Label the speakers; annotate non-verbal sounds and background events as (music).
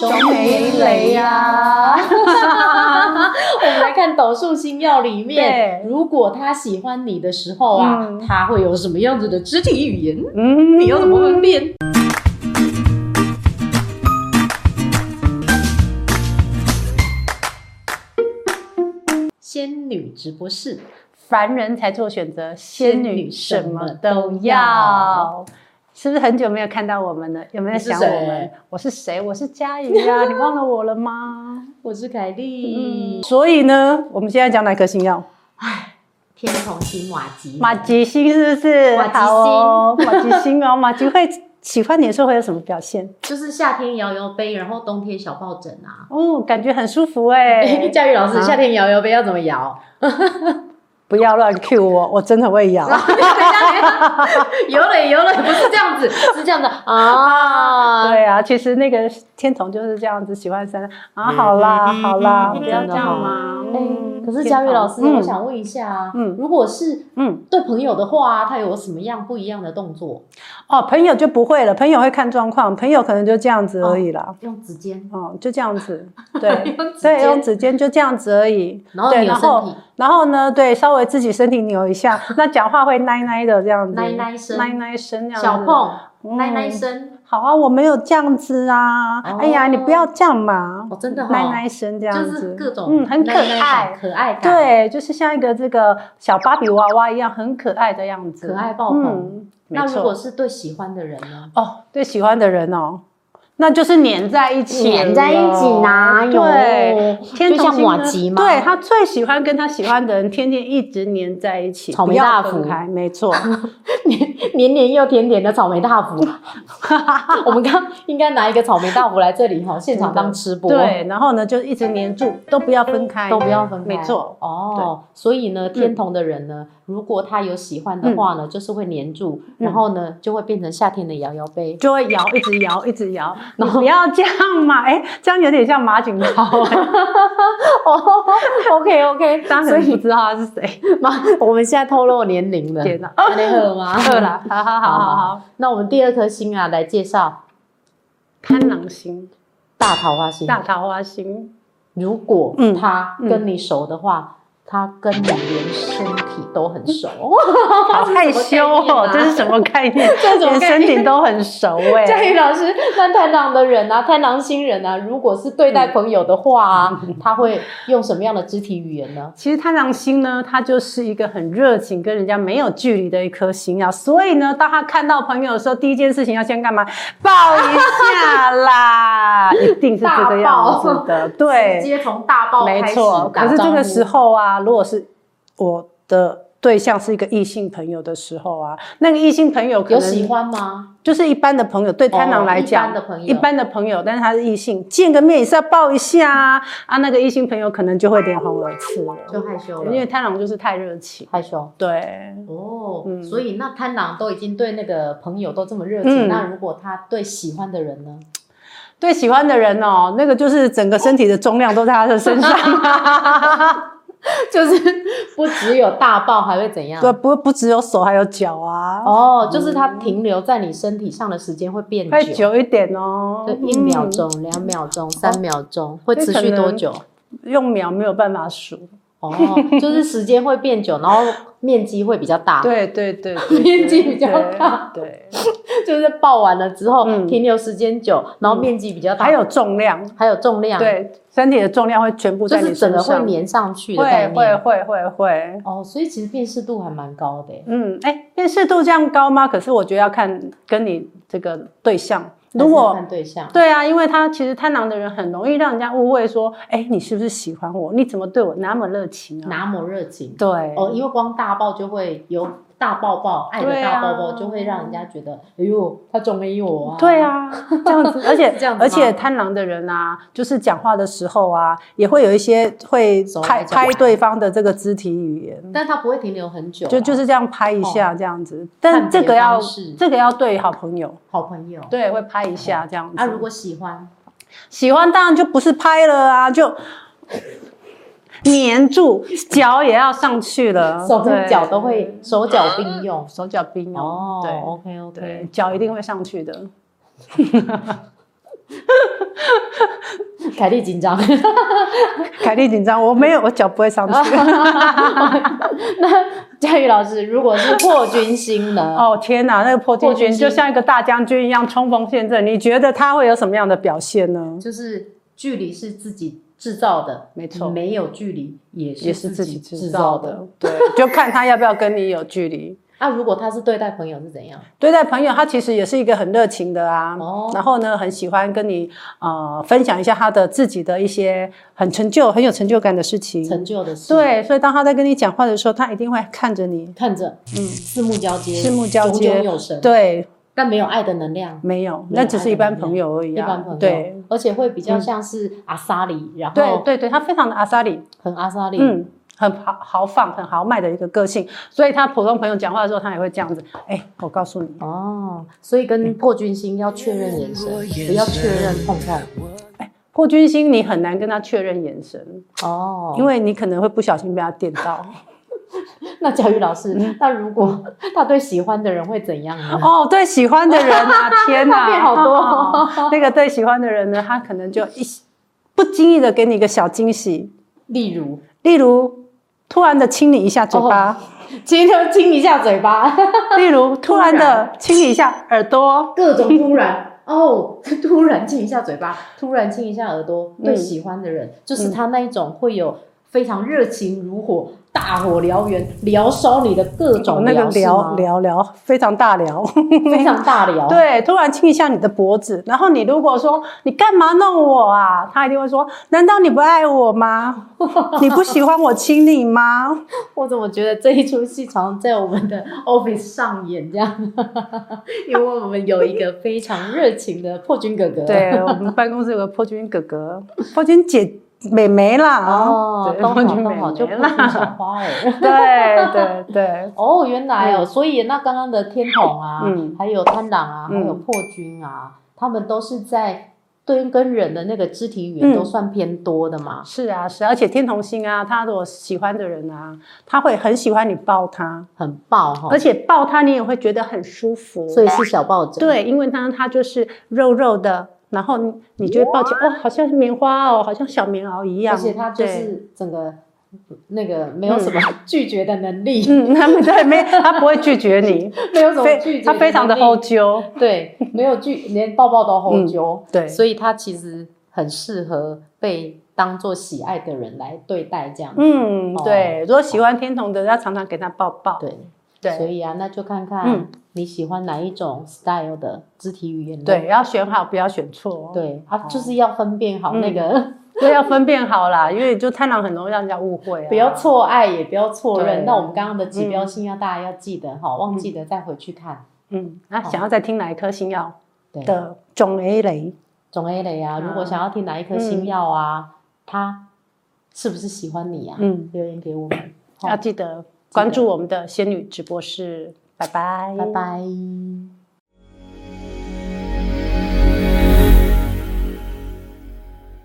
Speaker 1: 中美雷啊！ (laughs) 我们来看斗数星耀里面，
Speaker 2: 对
Speaker 1: 如果他喜欢你的时候啊，
Speaker 2: 嗯
Speaker 1: 他会有什么样子的肢体语言？
Speaker 2: 嗯
Speaker 1: 你又怎么分辨？仙女直播室，
Speaker 2: 凡人才做选择，仙女什么都
Speaker 1: 仙女什么都要
Speaker 2: 要。是不是很久没有看到我们了？有没有想
Speaker 1: 你是
Speaker 2: 我
Speaker 1: 谁
Speaker 2: 们？我是谁？我是佳怡啊！你忘了我了吗？
Speaker 1: 我是凯莉。
Speaker 2: 嗯，所以呢，我们现在讲哪颗星耀？
Speaker 1: 天同星马吉，
Speaker 2: 马吉星是不是？
Speaker 1: 嗯马吉星
Speaker 2: 好哦，马吉星哦， (laughs) 马吉会喜欢你的时候会有什么表现？
Speaker 1: 就是夏天摇摇杯，然后冬天小抱枕啊。
Speaker 2: 哦，感觉很舒服哎、
Speaker 1: (laughs) 佳玉老师，
Speaker 2: 啊
Speaker 1: 夏天摇摇杯要怎么摇？
Speaker 2: 不要乱 Q 我，我真的
Speaker 1: (laughs)
Speaker 2: 会 (laughs) 摇。
Speaker 1: 游了 (laughs) 游了，不是这样子，是这样的啊。
Speaker 2: 对啊，其实那个天童就是这样子，喜欢三
Speaker 1: 嗯
Speaker 2: 啊，好啦好啦，
Speaker 1: 不要这样
Speaker 2: 嘛
Speaker 1: 哎可是佳玉老师，我，想问一下啊，
Speaker 2: 嗯
Speaker 1: 如果是
Speaker 2: 天童嗯嗯，
Speaker 1: 对朋友的话，啊他有什么样不一样的动作？
Speaker 2: 哦，朋友就不会了，朋友会看状况，朋友可能就这样子而已啦。
Speaker 1: 用指尖，
Speaker 2: 哦，就这
Speaker 1: (laughs)
Speaker 2: 样子，对，
Speaker 1: 用指
Speaker 2: 对，
Speaker 1: 尖
Speaker 2: 用指尖就这样子而已。
Speaker 1: 然后
Speaker 2: 对，
Speaker 1: 扭
Speaker 2: 然
Speaker 1: 身
Speaker 2: 后
Speaker 1: 体，
Speaker 2: 然后呢，对，稍微自己身体扭
Speaker 1: (laughs)
Speaker 2: 一下，那讲话会奶奶的这样子，
Speaker 1: 奶奶声
Speaker 2: 奶奶声这样子，
Speaker 1: 小碰，
Speaker 2: 嗯
Speaker 1: 奶奶声，
Speaker 2: 好啊，我没有这样子啊！
Speaker 1: 哦
Speaker 2: 哎呀，你不要这样嘛！
Speaker 1: 哦真的哦
Speaker 2: 奶奶声这样
Speaker 1: 就
Speaker 2: 子，
Speaker 1: 是各种
Speaker 2: 嗯，很可
Speaker 1: 奶奶感
Speaker 2: 爱。
Speaker 1: 可爱感。，
Speaker 2: 对，就是像一个这个小芭比娃娃一样，很可爱的样子，
Speaker 1: 可爱爆棚
Speaker 2: 嗯，
Speaker 1: 那
Speaker 2: 没
Speaker 1: 如果
Speaker 2: 错。
Speaker 1: 是对喜欢的人呢？
Speaker 2: 哦，对喜欢的人哦，那就是粘在一起了，
Speaker 1: 粘在一起哪有
Speaker 2: 对，天
Speaker 1: 就
Speaker 2: 童
Speaker 1: 像
Speaker 2: 星呢
Speaker 1: 马吉嘛
Speaker 2: 对他最喜欢跟他喜欢的人天天一直粘在一起，
Speaker 1: 草莓
Speaker 2: 不要
Speaker 1: 大
Speaker 2: 分
Speaker 1: 福
Speaker 2: 开
Speaker 1: (laughs)
Speaker 2: 没错。
Speaker 1: 黏黏又甜甜的草莓大
Speaker 2: (laughs)
Speaker 1: 福，我们刚应该拿一个草莓大福来这
Speaker 2: (laughs)
Speaker 1: 里哈，现场当吃播，，
Speaker 2: 对，然后呢就一直粘住，都不要分开，
Speaker 1: 都不要分开。
Speaker 2: 没错，嗯
Speaker 1: 哦，所以呢，天同的人呢，如果他有喜欢的话呢，就是会黏住，然后呢就会变成夏天的摇摇
Speaker 2: (laughs)
Speaker 1: 杯。
Speaker 2: 就会摇，一直摇，一直
Speaker 1: (laughs)
Speaker 2: 摇。你
Speaker 1: 然后
Speaker 2: 不要这样嘛，哎、这样有点像马景涛、
Speaker 1: (laughs) 哦，OK OK，
Speaker 2: 大家可
Speaker 1: (laughs) 所
Speaker 2: 能不
Speaker 1: 以
Speaker 2: 知道他是谁。
Speaker 1: 妈，我们现在透露年龄了，(laughs)
Speaker 2: 天哪，
Speaker 1: 还得喝吗？
Speaker 2: 饿了， (laughs) 好好好好好。
Speaker 1: (laughs) 那我们第二颗星啊，来介绍
Speaker 2: 贪狼星、
Speaker 1: 大桃花星。
Speaker 2: 大桃花星，
Speaker 1: 如果
Speaker 2: 嗯
Speaker 1: 他跟你熟的话，他跟你连身体都很熟，
Speaker 2: (laughs) (laughs) 好害羞哦，
Speaker 1: 这
Speaker 2: 这
Speaker 1: 是
Speaker 2: 是什么概 (laughs) 念？
Speaker 1: 这是什么
Speaker 2: 连
Speaker 1: 概念 (laughs)
Speaker 2: 身体都很熟哎、
Speaker 1: 佳宇老师，那贪狼的人啊，贪狼星人啊， (laughs) 如果是对待朋友的话
Speaker 2: (laughs)
Speaker 1: 啊，他会用什么样的肢体语言呢？
Speaker 2: (laughs) 其实贪狼星呢，它就是一个很热情、跟人家没有距离的一颗星啊。所以呢，当他看到朋友的时候，第一件事情要先干嘛？抱一下 (laughs) 啦，一定是这个样子的。
Speaker 1: 直
Speaker 2: 对，
Speaker 1: 接从大爆
Speaker 2: 没
Speaker 1: 开始
Speaker 2: 错。
Speaker 1: 打
Speaker 2: 可是这
Speaker 1: 招呼
Speaker 2: 个时，候啊，如果是我的对象是一个异性朋友的时候啊，那个异性朋友可
Speaker 1: 有
Speaker 2: 能
Speaker 1: 喜欢吗？
Speaker 2: 就是一般的朋友，对贪
Speaker 1: 哦
Speaker 2: 狼来讲，
Speaker 1: 一般的朋友
Speaker 2: 一般的朋友但是他是异性，见个面也是要抱一下啊。啊，那个异性朋友可能就会脸红耳赤了，
Speaker 1: 就害羞
Speaker 2: 因为
Speaker 1: 了，
Speaker 2: 贪狼就是太热情。
Speaker 1: 害羞。
Speaker 2: 对，
Speaker 1: 哦，
Speaker 2: 嗯
Speaker 1: 所以那贪狼都已经对那个朋友都这么热情，
Speaker 2: 嗯
Speaker 1: 那如果他对喜欢的人呢？
Speaker 2: 对喜欢的人哦，那个就是整个身体的重量都在他的
Speaker 1: (laughs)
Speaker 2: 身上、
Speaker 1: (laughs) 就是不只有大爆，还会怎样？
Speaker 2: 对，不不只有手还有脚啊，
Speaker 1: 哦，就是它停留在你身体上的时间会变
Speaker 2: 会
Speaker 1: 久，
Speaker 2: 久一点哦，
Speaker 1: 就一秒钟、两秒钟、三秒钟，会持续多
Speaker 2: (laughs)
Speaker 1: 久？
Speaker 2: 嗯、用秒没有办法数。
Speaker 1: 哦，就是时间会变久，然后面积会比较大，
Speaker 2: 对对对
Speaker 1: (laughs)
Speaker 2: 对
Speaker 1: 面积啊比较大，
Speaker 2: 对，对
Speaker 1: 就是爆完了之后、
Speaker 2: 嗯
Speaker 1: 停留时间久，然后面积比较大，
Speaker 2: 还有重量，
Speaker 1: 还有重量，，
Speaker 2: 对，身体的重量会全部
Speaker 1: 就
Speaker 2: 在你
Speaker 1: 是整
Speaker 2: 身
Speaker 1: 个会
Speaker 2: 上。
Speaker 1: 粘上去的概
Speaker 2: 会会
Speaker 1: 念。
Speaker 2: 会会会，
Speaker 1: 哦，所以其实辨识度还蛮高的耶。欸
Speaker 2: 嗯，哎，辨识度这样高吗？可是我觉得要看跟你这个对象，如
Speaker 1: 还是
Speaker 2: 果
Speaker 1: 看对象，
Speaker 2: 对啊，因为他其实贪狼的人很容易让人家误会说，哎，你是不是喜欢我？你怎么对我那么热情啊？
Speaker 1: 那么热情，
Speaker 2: 对，
Speaker 1: 哦，因为光大爆就会有大爆爆，爱的
Speaker 2: 对
Speaker 1: 大
Speaker 2: 啊
Speaker 1: 爆爆就会让人家觉得，哎呦，他中意我啊。
Speaker 2: (laughs) 对，啊，这样
Speaker 1: (laughs)
Speaker 2: 子，而且
Speaker 1: 是这样子吗
Speaker 2: 而且贪狼的人啊，就是讲话的时候啊，也会有一些会
Speaker 1: 手来
Speaker 2: 拍
Speaker 1: 脚来
Speaker 2: 拍对方的这个肢体语言，
Speaker 1: 但他不会停留很久啦，
Speaker 2: 就就是这样拍一下这样子，但这个
Speaker 1: 啊哦判别
Speaker 2: 要
Speaker 1: 方式
Speaker 2: 这个要对好朋友，
Speaker 1: 好朋友。
Speaker 2: 对，会拍一下这样子。
Speaker 1: 啊，如果喜欢，
Speaker 2: 喜欢当然就不是拍了啊，就黏住，脚也要上去了，
Speaker 1: 哦手跟
Speaker 2: 对
Speaker 1: 脚都会手脚并用。
Speaker 2: 手脚并用，
Speaker 1: 哦
Speaker 2: 对、
Speaker 1: ，OK
Speaker 2: 对
Speaker 1: OK，，
Speaker 2: 脚一定会上去的。
Speaker 1: 凯莉紧张。
Speaker 2: 凯莉紧张，我没有，我脚不会上 (laughs) 去。
Speaker 1: 那佳宇老师，如果 (laughs) 是破军星呢？
Speaker 2: 哦天哪，那个破军
Speaker 1: 破军
Speaker 2: 军
Speaker 1: 星
Speaker 2: 就像一个大将军一样冲锋陷阵，你觉得他会有什么样的表现呢？
Speaker 1: 就是距离是自己制造的，
Speaker 2: 没错
Speaker 1: 没有距离也是
Speaker 2: 也是自
Speaker 1: 己
Speaker 2: 己
Speaker 1: 制
Speaker 2: 制
Speaker 1: 造
Speaker 2: 造
Speaker 1: 的
Speaker 2: 的。，对，就看他要不要跟你有距离。
Speaker 1: 啊，如果他是对待朋友是怎样？
Speaker 2: 对待朋友，他其实也是一个很热情的啊，
Speaker 1: 哦
Speaker 2: 然后呢，很喜欢跟你呃分享一下他的自己的一些很成就、很有成就感的事情。
Speaker 1: 成就的事，，
Speaker 2: 对，所以当他在跟你讲话的时候，他一定会看着你，
Speaker 1: 看着，嗯，四目交接，
Speaker 2: 四目交接
Speaker 1: 炯炯有神，，
Speaker 2: 对，
Speaker 1: 但没有爱的能量，
Speaker 2: 没有，
Speaker 1: 没有
Speaker 2: 那只是一般朋友而
Speaker 1: 一
Speaker 2: 已
Speaker 1: 般
Speaker 2: 啊
Speaker 1: 朋友，，
Speaker 2: 对，，
Speaker 1: 而且会比较像是阿萨里，然
Speaker 2: 对
Speaker 1: 后
Speaker 2: 对对，他非常的阿萨里，
Speaker 1: 很阿萨里，
Speaker 2: 嗯，很豪豪放、很豪迈的一个个性，所以他普通朋友讲话的时候，他也会这样子，哎，我告诉你，
Speaker 1: 哦，所以跟破军星要确认眼神，不要确认碰碰。
Speaker 2: 破军星你很难跟他确认眼神，
Speaker 1: 哦，
Speaker 2: 因为你可能会不小心被他电到。
Speaker 1: 那佳宇老师，那如果他对喜欢的人会怎样呢？
Speaker 2: 哦，对喜欢的人 (laughs) 啊，天哪，
Speaker 1: 变好多哦
Speaker 2: 哦那个对喜欢的人呢，他可能就一不经意的给你一个小惊喜，
Speaker 1: 例如，
Speaker 2: 例如突然的亲你一下嘴巴，
Speaker 1: 亲亲一下嘴巴，
Speaker 2: 例 (laughs) 如突然的亲你一下耳朵，
Speaker 1: (laughs) 各种突然哦，突然亲一下嘴巴，突然亲一下耳朵。对
Speaker 2: 嗯
Speaker 1: 喜欢的人，就是他那一种会有非常热情如火、大火哦燎原、聊骚你的各种
Speaker 2: 哦那个
Speaker 1: 是
Speaker 2: 聊
Speaker 1: 吗
Speaker 2: 聊哦聊非常大聊，
Speaker 1: 非常大聊。，
Speaker 2: (laughs) 对，突然亲一下你的脖子，然后你如果说你干嘛弄我啊，他一定会说，难道你不爱我吗？你不喜欢我亲你吗？
Speaker 1: 我怎么觉得这一出戏常常在我们的 office 上演这样？因为我们有一个非常热情的破军哥哥。。
Speaker 2: 对我们办公室有个破军哥
Speaker 1: (laughs)
Speaker 2: 哥，破军姐妹妹啦，
Speaker 1: 哦，
Speaker 2: 对
Speaker 1: 都好
Speaker 2: 破军
Speaker 1: 都
Speaker 2: 妹
Speaker 1: 好，就破
Speaker 2: 妹 (laughs)
Speaker 1: 军小
Speaker 2: 啦，
Speaker 1: 花儿。
Speaker 2: 对对对，
Speaker 1: 哦，原来哦，所以那刚刚的天童啊，
Speaker 2: 嗯
Speaker 1: 还有贪狼啊，还
Speaker 2: 嗯
Speaker 1: 有破军啊，他们都是在对跟人的那个肢体语言
Speaker 2: 嗯
Speaker 1: 都算偏多的嘛。
Speaker 2: 是啊是啊，而且天童星啊，他如果喜欢的人啊，他会很喜欢你抱他，
Speaker 1: 很爆哈
Speaker 2: 而，且抱他你也会觉得很舒服，
Speaker 1: 哦所以是小抱枕。，
Speaker 2: 对，因为他他就是肉肉的。然后你你就会抱起，哦，好像是棉花哦，好像小棉袄一样。
Speaker 1: 而且他就
Speaker 2: 对
Speaker 1: 是整个那个没有什么 (laughs) 拒绝的能力，
Speaker 2: 嗯，他们对没，他不会拒绝你，
Speaker 1: (laughs) 没有什么拒
Speaker 2: 非
Speaker 1: 绝，
Speaker 2: 他非常的
Speaker 1: 后
Speaker 2: 后，揪。
Speaker 1: (laughs) 对，没有拒，连抱抱都后揪。
Speaker 2: 对，
Speaker 1: 所以他其实很适合被当做喜爱的人来对待这样。
Speaker 2: 嗯
Speaker 1: 哦，
Speaker 2: 对，如果喜欢天童的，要常常给他抱抱。
Speaker 1: 对。所
Speaker 2: 对
Speaker 1: 以啊，那就看看
Speaker 2: 嗯
Speaker 1: 你喜欢哪一种 style 的肢体语言咯。
Speaker 2: 对，要选好，不要选错。，
Speaker 1: 对，啊，就是要分辨好
Speaker 2: 嗯
Speaker 1: 那个，
Speaker 2: 所以要分辨好啦，因为就贪婪很容易让人家误会啊。
Speaker 1: 不要错爱，也不要错认。
Speaker 2: 对
Speaker 1: 那我们刚刚的指标性要大家要记得哈，忘记的再回去看。
Speaker 2: 嗯，那
Speaker 1: 好
Speaker 2: 想要再听哪一颗星耀
Speaker 1: 对，
Speaker 2: 的种 A 雷？
Speaker 1: 总 A 类啊，
Speaker 2: 嗯
Speaker 1: 如果想要听哪一颗星耀啊，他是不是喜欢你啊？
Speaker 2: 嗯，啊
Speaker 1: 留言给我们，好
Speaker 2: 要记得关注我们的仙女直播室。拜拜，
Speaker 1: 拜。拜。